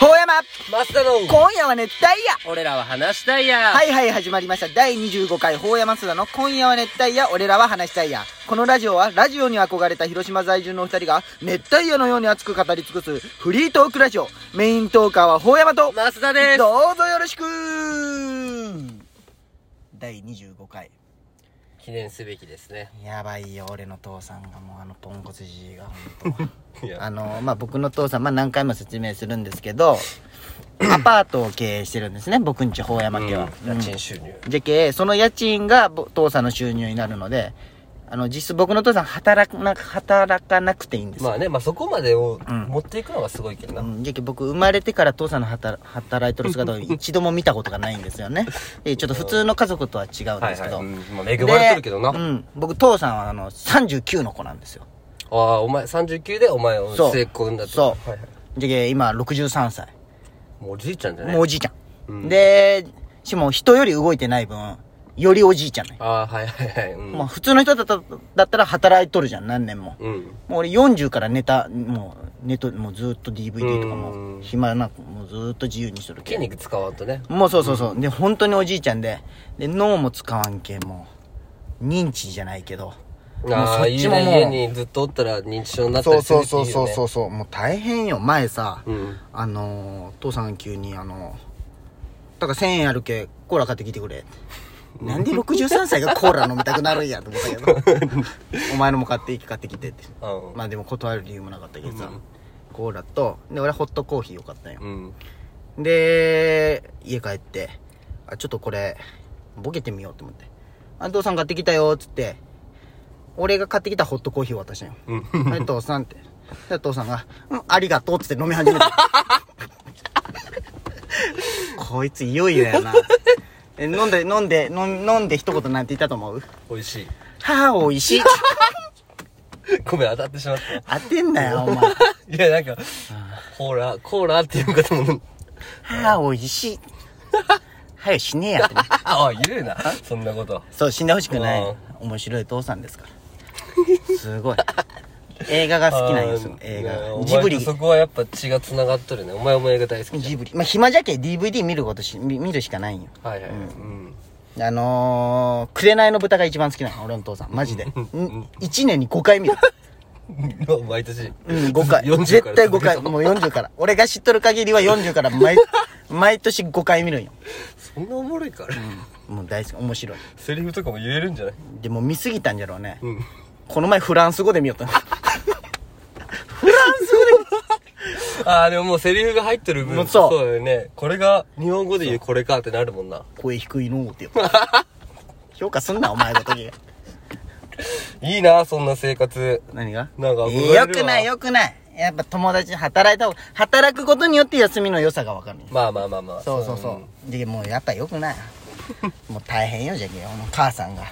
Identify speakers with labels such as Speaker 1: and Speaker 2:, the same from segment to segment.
Speaker 1: ほうやま
Speaker 2: マスタの
Speaker 1: 今夜は熱帯夜
Speaker 2: 俺らは話したいや
Speaker 1: はいはい始まりました第25回ほうやますだの今夜は熱帯夜俺らは話したいやこのラジオはラジオに憧れた広島在住のお二人が熱帯夜のように熱く語り尽くすフリートークラジオメイントーカーはほうやまと
Speaker 2: マスタです
Speaker 1: どうぞよろしく第25回
Speaker 2: 記念すべきですね。
Speaker 1: やばいよ俺の父さんがもうあのポンコツじいが本当
Speaker 2: いや、
Speaker 1: あのまあ僕の父さんまあ何回も説明するんですけ どアパートを経営してるんですね僕んち法山家は、
Speaker 2: 家賃収入。
Speaker 1: でけその家賃がぼ父さんの収入になるのであの実質僕の父さん働かな働かなくていいんですよ、
Speaker 2: まあね、まあそこまでを
Speaker 1: うん
Speaker 2: 持っていくのがすごいけどな。
Speaker 1: うん、じゃけ僕生まれてから父さんの働働いてる姿を 一度も見たことがないんですよねでちょっと普通の家族とは違うん
Speaker 2: は
Speaker 1: で
Speaker 2: い
Speaker 1: す
Speaker 2: は
Speaker 1: け
Speaker 2: い。
Speaker 1: ど、
Speaker 2: うんまあ恵まれてるけどな。
Speaker 1: で
Speaker 2: あ
Speaker 1: うん、僕父さんはあの39の子なんですよ
Speaker 2: あ、お前、39でお前を
Speaker 1: そう
Speaker 2: 成婚だって。
Speaker 1: そう
Speaker 2: はいはい。
Speaker 1: じゃけ今63歳
Speaker 2: もうおじいちゃんじゃね
Speaker 1: もうおじいちゃん。
Speaker 2: うん
Speaker 1: で、しも人より動いてない分、よりおじいちゃんね。
Speaker 2: ああ、はいはいはい。うん。
Speaker 1: まあ普通の人だっただったら働いとるじゃん、何年も。
Speaker 2: うん。
Speaker 1: もう俺40からネタ、もうネット、もうずっと DVD とか
Speaker 2: う
Speaker 1: も
Speaker 2: ん
Speaker 1: 暇なく、もうずっと自由にしとるけ
Speaker 2: 筋肉使わんとね。
Speaker 1: もうそうそうそう。で、本当におじいちゃんで、で、脳も使わんけ、もう。認知じゃないけど。
Speaker 2: あ
Speaker 1: も
Speaker 2: あ、
Speaker 1: う
Speaker 2: いいね。家にずっとおったら認知症になった
Speaker 1: そ
Speaker 2: り
Speaker 1: う
Speaker 2: する
Speaker 1: そ
Speaker 2: っ
Speaker 1: う
Speaker 2: てい
Speaker 1: そう
Speaker 2: よ
Speaker 1: う
Speaker 2: ね
Speaker 1: そうそうそう、もう大変よ。前さ、
Speaker 2: うん。
Speaker 1: あのー、父さん急にあの、だから1000円あるけ、コーラ買ってきてくれ。なんで63歳がコーラ飲みたくなるんやと思った けど。お前のも買っていき買ってきてって。
Speaker 2: うん
Speaker 1: まあでも断る理由もなかったけどさ、
Speaker 2: うん
Speaker 1: コーラと、で、俺はホットコーヒーを買ったんよ
Speaker 2: う。ん。
Speaker 1: で、家帰って、あ、ちょっとこれ、ボケてみようと思って。あ、父さん買ってきたよ、つって、俺が買ってきたホットコーヒーを渡したんよ。
Speaker 2: うん。
Speaker 1: はい、父さんって。で、父さんが、うん、ありがとうっつって飲み始めた。こいつ、いよいよやな。え飲んで、飲んで、飲ん飲んで一言なんて言ったと思う
Speaker 2: 美味しい。
Speaker 1: はぁ、美味しい。
Speaker 2: ごめん、当たってしまった。
Speaker 1: 当てんなよ、お前。
Speaker 2: いや、なんか、コーラ、コーラっていう方 も、
Speaker 1: はぁ、美味しい。はよ死ねやってね。
Speaker 2: ああ、言うな。そんなこと。
Speaker 1: そう、死んでほしくな
Speaker 2: う
Speaker 1: い
Speaker 2: ん。
Speaker 1: 面白い父さんですから。すごい。映画が好きなんよ、その映
Speaker 2: あ
Speaker 1: 画
Speaker 2: ー
Speaker 1: が。
Speaker 2: お前
Speaker 1: ジ
Speaker 2: と
Speaker 1: ブリ。
Speaker 2: そこはやっぱ血が繋がっとるね。お前も映画大好きじ
Speaker 1: ジブリ。まあ、暇じゃけ、DVD 見ることし、見見るしかないんよ。
Speaker 2: ゃん。はいはい。うん。
Speaker 1: あのー、紅の豚が一番好きなの、俺の父さん。マジで。1年に5回見る。
Speaker 2: 毎年。
Speaker 1: うん、5回。
Speaker 2: 40
Speaker 1: 絶対
Speaker 2: から
Speaker 1: 5
Speaker 2: 続け
Speaker 1: 回。もう40から。俺が知っとる限りは40から毎、 毎年5回見るんよ。
Speaker 2: そんなおもろいから。
Speaker 1: もう大好き。面白い。
Speaker 2: セリフとかも言えるんじゃない
Speaker 1: でも見すぎたんじゃろうね。
Speaker 2: うん。
Speaker 1: この前フランス語で見よったの。
Speaker 2: ああ、でももうセリフが入ってる分、
Speaker 1: もうそう
Speaker 2: だよね。これが、日本語で言うこれかってなるもんな。
Speaker 1: 声低いのーって言った。評価すんな、お前ごときが。
Speaker 2: いいな、そんな生活。
Speaker 1: 何が
Speaker 2: なんか憧れるわ
Speaker 1: よくない、よくない。やっぱ友達働いた方が、働くことによって休みの良さがわかるんよ
Speaker 2: まあまあまあまあ。
Speaker 1: そうそうそう。で、もうやっぱ良くない。 もう大変よ、じゃけよ。もう母さんが。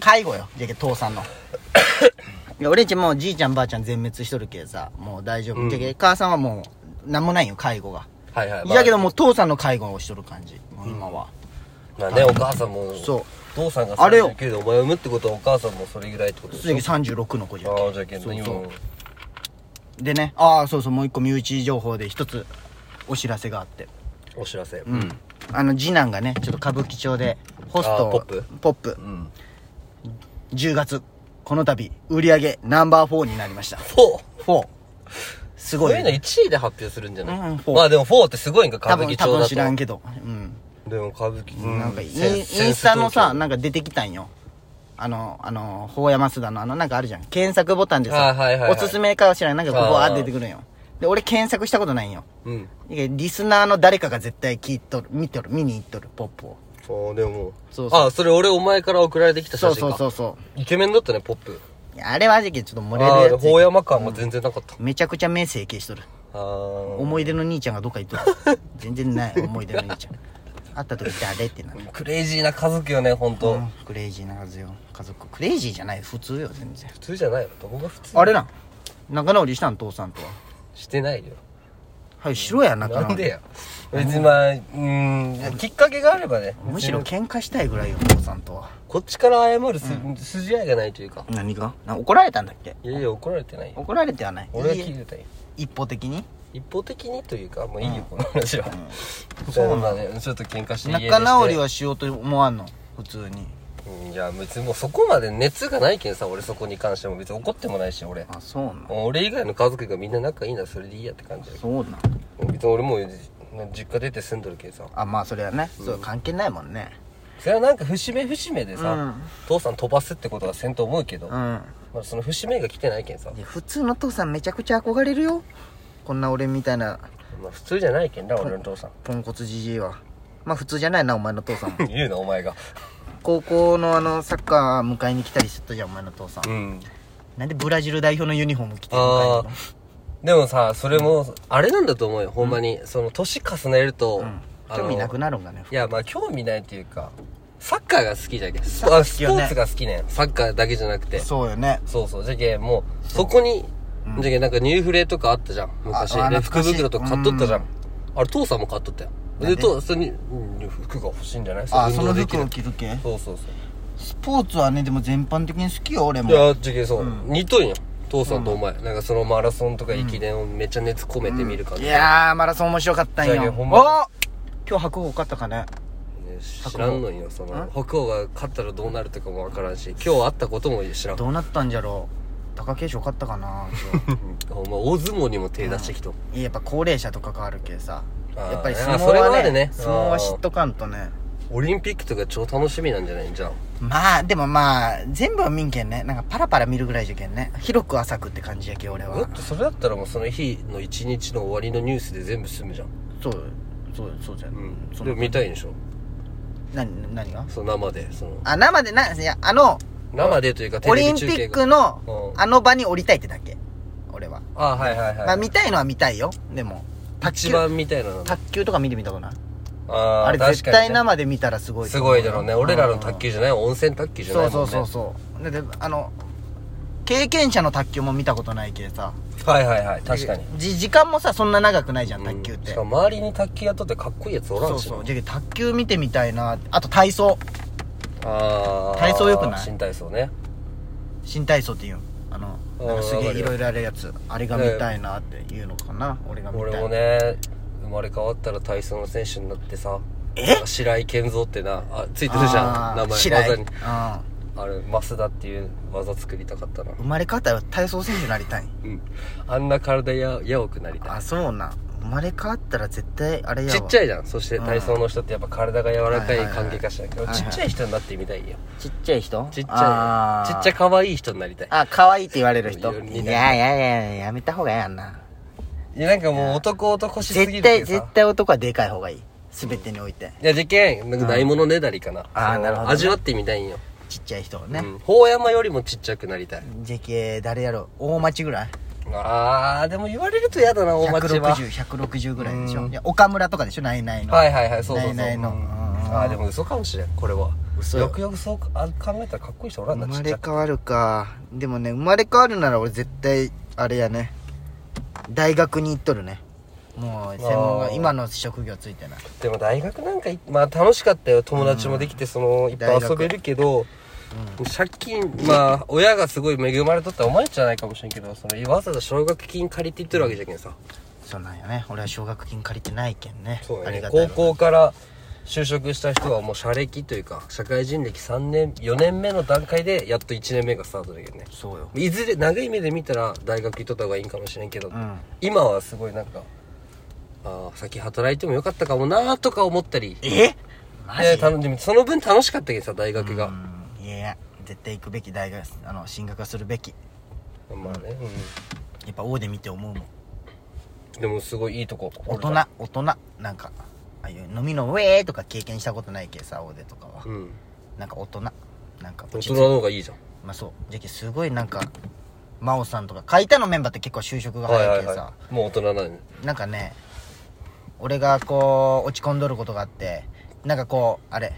Speaker 1: 介護よ、じゃけ父 さんの。いや俺んちもうじいちゃんばあちゃん全滅しとるけさ、もう大丈夫。じゃけ母さんはもう、なんもないよ、介護が。
Speaker 2: う。はいはい。
Speaker 1: いやけど
Speaker 2: ま
Speaker 1: もう父さんの介護をしとる感じ、もう今は。
Speaker 2: あ、まあね、お母さんも、
Speaker 1: そう。
Speaker 2: 父さんが
Speaker 1: あれよ
Speaker 2: 39でお前を産むってことはお母さんもそれぐらいってことでしょ
Speaker 1: 次36の子じゃ
Speaker 2: ああ、じゃあけん
Speaker 1: そう
Speaker 2: 今
Speaker 1: そ
Speaker 2: も
Speaker 1: う。でね、ああ、そうそう、もう一個身内情報で一つお知らせがあって。
Speaker 2: お知らせ。うん。
Speaker 1: あの、次男がね、ちょっと歌舞伎町で、ホスト
Speaker 2: あ
Speaker 1: を
Speaker 2: ポップ
Speaker 1: ポップ。
Speaker 2: ん
Speaker 1: 10月、この度、売り上げナンバー4になりました。
Speaker 2: 4!
Speaker 1: 4。す
Speaker 2: こ
Speaker 1: ご
Speaker 2: うい
Speaker 1: いう
Speaker 2: の
Speaker 1: ね。
Speaker 2: 1位で発表するんじゃない、
Speaker 1: うんフォー
Speaker 2: まあでも4ってすごいんか、歌
Speaker 1: 多
Speaker 2: 舞
Speaker 1: 分、
Speaker 2: 伎
Speaker 1: 多
Speaker 2: 町だ
Speaker 1: 分
Speaker 2: と。
Speaker 1: 知らんけど。うん。
Speaker 2: でも歌舞伎、う
Speaker 1: なんかイン、
Speaker 2: セ
Speaker 1: イン
Speaker 2: ンス
Speaker 1: スタのさ、
Speaker 2: センス
Speaker 1: なんか出てきたんよ。あの、あの、法山須田のあの、なんかあるじゃん。検索ボタンで
Speaker 2: あ
Speaker 1: さ、
Speaker 2: はいはいはい
Speaker 1: おすすめかは知らん。なんかここ
Speaker 2: あ
Speaker 1: は
Speaker 2: ー
Speaker 1: 出てくるんよ。で、俺検索したことないんよ。
Speaker 2: 東
Speaker 1: でリスナーの誰かが絶対聞いとる、見とる、見に行っとる、ポップを。
Speaker 2: 京。うん。ああ、でも。
Speaker 1: そうそう
Speaker 2: あ、それ俺お前から送られてきた写
Speaker 1: そ
Speaker 2: 真
Speaker 1: う
Speaker 2: か。
Speaker 1: そうそうそう。
Speaker 2: イケメンだったね、ポップ。
Speaker 1: いやあれはじけちょっと漏
Speaker 2: あ
Speaker 1: れる
Speaker 2: あ、
Speaker 1: やつ
Speaker 2: 法山感が全然なかった。
Speaker 1: めちゃくちゃ目整形しとる、
Speaker 2: ああ。
Speaker 1: 思い出の兄ちゃんがどっか行っとる全然ない思い出の兄ちゃん会った時誰ってなる、
Speaker 2: クレイジーな家族よね、ほんと。
Speaker 1: うんクレイジーなはずよ家族クレイジーじゃない普通よ全然
Speaker 2: 普通じゃないよ。どこが普通
Speaker 1: あれなん仲直りしたん父さんとは
Speaker 2: してないよ。
Speaker 1: はいしろや仲直り
Speaker 2: なんでや。別にまあ、うーん、きっかけがあればね。
Speaker 1: むしろ喧嘩したいぐらいよ父さんとは
Speaker 2: こっちから謝るす、筋合いがないというか。
Speaker 1: 何がな怒られたんだっけ
Speaker 2: いやいや、怒られてないよ。
Speaker 1: 怒られてはない
Speaker 2: 俺はい聞いてたよ。
Speaker 1: 一方的に
Speaker 2: 一方的にというかもういいよこの話は、
Speaker 1: そう
Speaker 2: だねちょっと喧嘩して
Speaker 1: 仲直り
Speaker 2: は
Speaker 1: はしようと思わんの普通に
Speaker 2: いや別にもうそこまで熱がないけんさ俺そこに関しても別に怒ってもないし俺
Speaker 1: あそうなん
Speaker 2: 俺以外の家族がみんな仲いいならそれでいいやって感じだけ
Speaker 1: そうなん
Speaker 2: ど別に俺もう実家出て住んどるけんさ
Speaker 1: あまあそれはね、そう関係ないもんね
Speaker 2: それはなんか節目節目でさ、
Speaker 1: うん
Speaker 2: 父さん飛ばすってことはせんと思うけど、
Speaker 1: う
Speaker 2: ま
Speaker 1: ん
Speaker 2: あその節目が来てないけんさ、
Speaker 1: いや普通の父さんめちゃくちゃ憧れるよこんな俺みたいな
Speaker 2: まあ、普通じゃないけんな俺の父さん
Speaker 1: ポンコツじじいはまあ普通じゃないなお前の父 さんも
Speaker 2: 言うなお前が
Speaker 1: 高校のあのサッカー迎えに来たりしてたじゃんお前の父さん、
Speaker 2: うん
Speaker 1: なんでブラジル代表のユニフォーム着て迎え
Speaker 2: あ
Speaker 1: に行くの
Speaker 2: ーでもさそれもあれなんだと思うよ、ほんまにその年重ねると、あの
Speaker 1: 興味なくなるんがね
Speaker 2: いやまあ興味ないっていうかサッカーが好きじゃけんスポあスポーツが好きねんサッカーだけじゃなくて
Speaker 1: そうよね
Speaker 2: そうそうじゃけんもうそこに、じゃけんなんかニューフレとかあったじゃん昔
Speaker 1: ああ
Speaker 2: で
Speaker 1: 懐
Speaker 2: 福
Speaker 1: かしい
Speaker 2: 袋とか買っとったじゃん、
Speaker 1: うん
Speaker 2: あれ父さんも買っとったよ
Speaker 1: なん
Speaker 2: で
Speaker 1: で
Speaker 2: とそれに、うん、服が欲しいんじゃない
Speaker 1: あ
Speaker 2: れ
Speaker 1: そ
Speaker 2: 運
Speaker 1: の
Speaker 2: 動でき
Speaker 1: 服
Speaker 2: る
Speaker 1: を着るけ
Speaker 2: そうそうそ
Speaker 1: スポーツはねでも全般的に好きよ俺
Speaker 2: うい
Speaker 1: も
Speaker 2: やじゃけんそう、似とんよ父さんとお前、なんかそのマラソンとか駅伝をめっちゃ熱込めて見る感
Speaker 1: い
Speaker 2: じ、
Speaker 1: やーマラソン面白かったん
Speaker 2: じゃあ
Speaker 1: よ
Speaker 2: ね
Speaker 1: お
Speaker 2: ほんまに
Speaker 1: 今日白鵬勝ったかね
Speaker 2: ね知らんのんよその北欧が勝ったらどうなるとかもわからんし今日会ったことも知らん
Speaker 1: どうなったんじゃろう貴景勝勝ったかな今日
Speaker 2: お前大相撲にも手出してきと、
Speaker 1: いややっぱ高齢者とかがあるけさ
Speaker 2: あー
Speaker 1: やっぱり
Speaker 2: い
Speaker 1: 相
Speaker 2: や
Speaker 1: 撲
Speaker 2: それま
Speaker 1: はね
Speaker 2: でね
Speaker 1: 相撲は知っとかんとね
Speaker 2: オリンピックとか超楽しみなんじゃないんじゃん
Speaker 1: まあでもまあ全部は見んけんねなんかパラパラ見るぐらいじゃけんね広く浅くって感じやけ俺
Speaker 2: だっ
Speaker 1: は
Speaker 2: てそれだったらもうその日の一日の終わりのニュースで全部済むじゃん
Speaker 1: そうそうそうじゃん、
Speaker 2: そ
Speaker 1: そ
Speaker 2: れ
Speaker 1: の
Speaker 2: 見たいんでしょ
Speaker 1: 何何が
Speaker 2: その生でその
Speaker 1: あ生でないやあの
Speaker 2: 生でというかテ
Speaker 1: オリ
Speaker 2: レビ
Speaker 1: ンピ
Speaker 2: 中継
Speaker 1: ッ
Speaker 2: が
Speaker 1: クの
Speaker 2: うん
Speaker 1: あの場に降りたいってだけ俺は、
Speaker 2: ああはいはいはい、
Speaker 1: まあ見たいのは見たいよでも
Speaker 2: 一番みたいなの
Speaker 1: 卓球とか見てみたことない
Speaker 2: あ
Speaker 1: あれ絶対
Speaker 2: な
Speaker 1: 生で見たらすごいと
Speaker 2: す
Speaker 1: 思う
Speaker 2: ご
Speaker 1: よ
Speaker 2: いだろうね俺らの卓球じゃない温泉卓球じゃな
Speaker 1: そ
Speaker 2: いう
Speaker 1: そ
Speaker 2: もん
Speaker 1: う
Speaker 2: ね
Speaker 1: そうそうであの経験者の卓球も見たことないけさ
Speaker 2: はいはいはい確かに
Speaker 1: じ時間もさそんな長くないじゃん卓球っ
Speaker 2: うん
Speaker 1: て、
Speaker 2: しかも周りに卓球やっとってかっこいいやつおら
Speaker 1: そ
Speaker 2: ん
Speaker 1: う
Speaker 2: しな
Speaker 1: そうじゃあ卓球見てみたいなあと体操
Speaker 2: あー
Speaker 1: 体操良くない
Speaker 2: 新体操ね
Speaker 1: 新体操っていうんあのなんかすげ
Speaker 2: あーわか
Speaker 1: え
Speaker 2: る
Speaker 1: い
Speaker 2: よ
Speaker 1: ろいろあるやつあれが見たいなっていうのかな俺が見たい
Speaker 2: 俺もね生まれ変わったら体操の選手になってさえ白井健三ってなあついてるじゃ
Speaker 1: あ
Speaker 2: ん
Speaker 1: ー
Speaker 2: 名前
Speaker 1: 白井
Speaker 2: 技に
Speaker 1: あ
Speaker 2: あれ増田っていう技作りたかったな
Speaker 1: ー生まれ変わったら体操選手になりたい
Speaker 2: うんあんな体ややおくなりたい
Speaker 1: あそうなん生まれ変わったら絶対あれやわ
Speaker 2: ちっちゃ
Speaker 1: い
Speaker 2: いじゃんそして体操の人ってやっぱ体が柔らかい
Speaker 1: はいはいはい
Speaker 2: 関係かしらんけど
Speaker 1: はいは
Speaker 2: ち
Speaker 1: い
Speaker 2: っちゃい人になってみたいよ
Speaker 1: ちっちゃい人
Speaker 2: ちっち
Speaker 1: あ
Speaker 2: ゃい
Speaker 1: ー
Speaker 2: ちっちゃい可愛い人になりたい
Speaker 1: あ可愛いって言われる 人
Speaker 2: いや
Speaker 1: いやいやいややめた方がやんない
Speaker 2: やなんかもう男男しすぎ
Speaker 1: 絶
Speaker 2: る
Speaker 1: 対
Speaker 2: けど
Speaker 1: 絶
Speaker 2: さ
Speaker 1: 対男はでかい方がいい全てにおいて
Speaker 2: いや受験なんかないものねだりかな
Speaker 1: あー
Speaker 2: その
Speaker 1: なるほどね
Speaker 2: 味わってみたいんよ
Speaker 1: ちっちゃい人をね、
Speaker 2: うん法山よりもちっちゃくなりたい
Speaker 1: JK 誰やろう大町ぐらい
Speaker 2: あーでも言われると嫌だな大町は
Speaker 1: 160160ぐらいでしょ
Speaker 2: うん
Speaker 1: いや岡村とかでしょないないの
Speaker 2: はいはいはいそうそうそう
Speaker 1: ないないの
Speaker 2: うん
Speaker 1: うん
Speaker 2: あーでも嘘かもしれんこれは
Speaker 1: 嘘よ
Speaker 2: よくよくそうかあ考えたらかっこいい人おらん
Speaker 1: 生
Speaker 2: なち
Speaker 1: ま
Speaker 2: っちゃ
Speaker 1: れ
Speaker 2: い
Speaker 1: 変わるかでもね生まれ変わるなら俺絶対あれやね大学に行っとるねもう専門
Speaker 2: あ
Speaker 1: が
Speaker 2: ー
Speaker 1: 今の職業ついてない
Speaker 2: でも大学なんかいまあ楽しかったよ友達もできてそのいっぱい遊べるけど、借金まあ親がすごい恵まれとったお前じゃないかもしれんけどそのわざわざ奨学金借りていってるわけじゃけんさ
Speaker 1: そうなんよね俺は奨学金借りてないけんね
Speaker 2: そう
Speaker 1: あ
Speaker 2: や
Speaker 1: り
Speaker 2: ね
Speaker 1: がたい
Speaker 2: 高
Speaker 1: ことに
Speaker 2: 校から就職した人はもう社歴というか社会人歴3年4年目の段階でやっと1年目がスタートだけどね
Speaker 1: そうよ
Speaker 2: いずれ長い目で見たら大学行っとった方がいいんかもしれんけど、
Speaker 1: うん
Speaker 2: 今はすごいなんかああ先働いてもよかったかもなーとか思ったり
Speaker 1: えマ
Speaker 2: いや
Speaker 1: ジ
Speaker 2: 頼んでみその分楽しかったけどさ大学が、
Speaker 1: うんいや絶対行くべき大学あの進学はするべき
Speaker 2: まあね、
Speaker 1: やっぱ王で見て思うもん
Speaker 2: うん、でもすごいいいとこ
Speaker 1: 大人大人なんかああいう飲みのウェーとか経験したことないけさ大手とかは、
Speaker 2: うん
Speaker 1: なんか大人なんか落
Speaker 2: 大
Speaker 1: ち
Speaker 2: 人
Speaker 1: 着
Speaker 2: の方がいいじゃん
Speaker 1: まあそうじゃけすごいなんか真央さんとか解体のメンバーって結構就職が
Speaker 2: はい
Speaker 1: 早
Speaker 2: はいい
Speaker 1: けさ、
Speaker 2: はいもう大人なのに
Speaker 1: なんかね俺がこう落ち込んどることがあってなんかこうあれ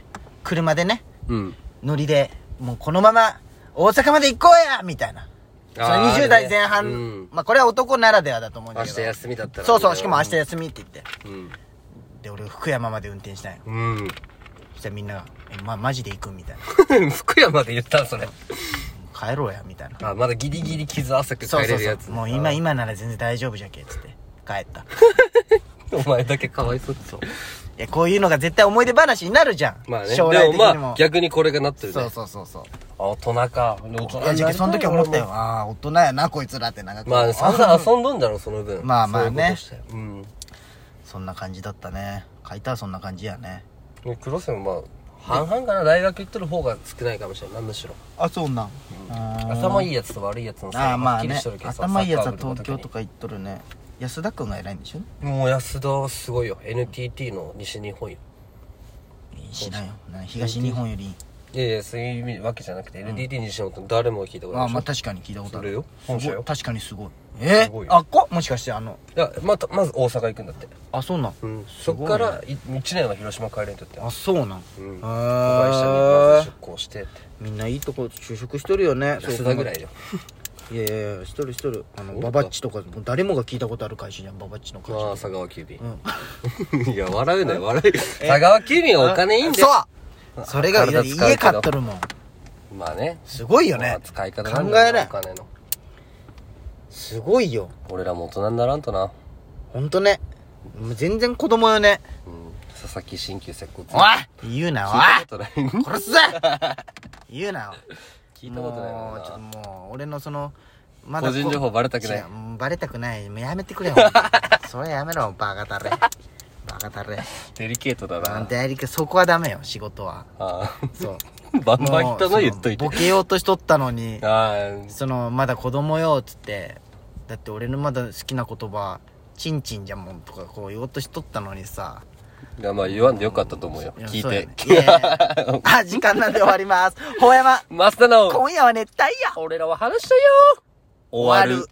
Speaker 1: 車でね
Speaker 2: うん
Speaker 1: ノリでもうこのまま大阪まで行こうやみたいなその
Speaker 2: あー
Speaker 1: 20代前
Speaker 2: あ
Speaker 1: 半、
Speaker 2: れねうん
Speaker 1: まあこれは男ならではだと思うんだ
Speaker 2: 明
Speaker 1: けど
Speaker 2: 日休みだったら
Speaker 1: そうそうしかも明日休みって言って
Speaker 2: うん
Speaker 1: で俺福山まで運転したんよ
Speaker 2: うん、
Speaker 1: そしたらみんなが「えま、マジで行く?」みたいな
Speaker 2: うん、福山で言ったんそれ
Speaker 1: 「帰ろうや」みたいな
Speaker 2: あまだギリギリ傷浅く
Speaker 1: そう
Speaker 2: 帰
Speaker 1: そう
Speaker 2: れる
Speaker 1: そ
Speaker 2: や
Speaker 1: う
Speaker 2: つ
Speaker 1: もう今今なら全然大丈夫じゃけっつって帰った。
Speaker 2: お前だけかわいそうって
Speaker 1: いや、こういうのが絶対思い出話になるじゃん。
Speaker 2: まあね。で
Speaker 1: 将来
Speaker 2: も
Speaker 1: 的にも。
Speaker 2: まあ、逆にこれがなってるね。
Speaker 1: そうそうそうそう。
Speaker 2: あ大人か。大人
Speaker 1: いや、じゃあその時は思ったよ。。ああ、大人やな、こいつらってなんかこう。
Speaker 2: まあ、散
Speaker 1: あ
Speaker 2: 々遊んどんだろ、その分。
Speaker 1: まあまあね
Speaker 2: そういうことしたようん。
Speaker 1: そんな感じだったね。書いたらそんな感じやね。
Speaker 2: ね黒瀬もまあ、半々かな。大学行ってる方が少ないかもしれない。むしろ。
Speaker 1: あ、そうなん。
Speaker 2: 頭いいやつと悪いやつの
Speaker 1: あ
Speaker 2: さ、
Speaker 1: あ、ま
Speaker 2: はっ
Speaker 1: あ
Speaker 2: きり
Speaker 1: ね
Speaker 2: しとるけ。どさ
Speaker 1: 頭いいやつは
Speaker 2: サッカー部
Speaker 1: 東京と
Speaker 2: か
Speaker 1: か行っとるね。安田くんが偉いんでしょ
Speaker 2: に。もう安田はすごいよ。NTT の西日本よ。
Speaker 1: 知らんよ。な東日本より。
Speaker 2: いやいや、そういう意味わけじゃなくて、NTT 西日本って誰も聞いたこと
Speaker 1: あ
Speaker 2: ない
Speaker 1: あ、
Speaker 2: でしょ。
Speaker 1: まあ確かに聞いたことあ
Speaker 2: それ
Speaker 1: る
Speaker 2: よ。本社
Speaker 1: すごい
Speaker 2: よ
Speaker 1: 確かにすごい。え
Speaker 2: すごいよ
Speaker 1: あっこもしかしてあの、
Speaker 2: いやまたまず大阪行くんだって、
Speaker 1: あ、そうなん。す
Speaker 2: そ
Speaker 1: ご
Speaker 2: っ
Speaker 1: いね
Speaker 2: からい1年は広島帰れんとって
Speaker 1: あ、そうなん。
Speaker 2: うん
Speaker 1: へー
Speaker 2: 子会社にまず出向してって
Speaker 1: みんないいとこ就職しとるよね。
Speaker 2: 安田ぐらいよ
Speaker 1: いやいやいやしとるしとるあの
Speaker 2: そう
Speaker 1: バ
Speaker 2: か
Speaker 1: バッチとかもう誰もが聞いたことある会社じゃんババッチの会
Speaker 2: まあ
Speaker 1: 社
Speaker 2: 佐川急便
Speaker 1: ん
Speaker 2: いや笑うなよ笑うよ佐川急便はお金いいんだよ
Speaker 1: そうそれが
Speaker 2: 体使うけど
Speaker 1: 家買っとるもん
Speaker 2: まあね
Speaker 1: すごいよ
Speaker 2: ま
Speaker 1: ね
Speaker 2: あ使い方
Speaker 1: 考
Speaker 2: なんだ
Speaker 1: え
Speaker 2: よ
Speaker 1: な
Speaker 2: ないお金の
Speaker 1: すごいよ
Speaker 2: 俺らも大人にならんとな
Speaker 1: ほんとねもう全然子供よね
Speaker 2: うん佐々木新旧接骨
Speaker 1: おい言うな
Speaker 2: 聞い
Speaker 1: お
Speaker 2: たこ とない聞
Speaker 1: い殺 すぞ言うなお
Speaker 2: いたことないも
Speaker 1: も
Speaker 2: ん
Speaker 1: うちょっと
Speaker 2: な
Speaker 1: もう俺のそのま
Speaker 2: 個
Speaker 1: こう
Speaker 2: 人情報バレたくない
Speaker 1: 違うもうバレたくないもうやめてくれ よそれやめろバカたれバカたれ
Speaker 2: デリケートだ
Speaker 1: なん
Speaker 2: な
Speaker 1: てやりかそこはダメよ仕事は
Speaker 2: あ
Speaker 1: そう
Speaker 2: あバンバン人の言っとい
Speaker 1: もうそ
Speaker 2: て
Speaker 1: のボケようとしとったのに
Speaker 2: あ
Speaker 1: そのまだ子供よっつってだって俺のまだ好きな言葉「チンチンじゃもん」とかこう言おうとしとったのにさ
Speaker 2: あいやまあ言わんでよかったと思うよ聞い
Speaker 1: そうやね
Speaker 2: て
Speaker 1: いやい やあ時間なんで終わりますほうやま
Speaker 2: マスターの
Speaker 1: 今夜は熱帯夜
Speaker 2: 俺らは話したよ終わる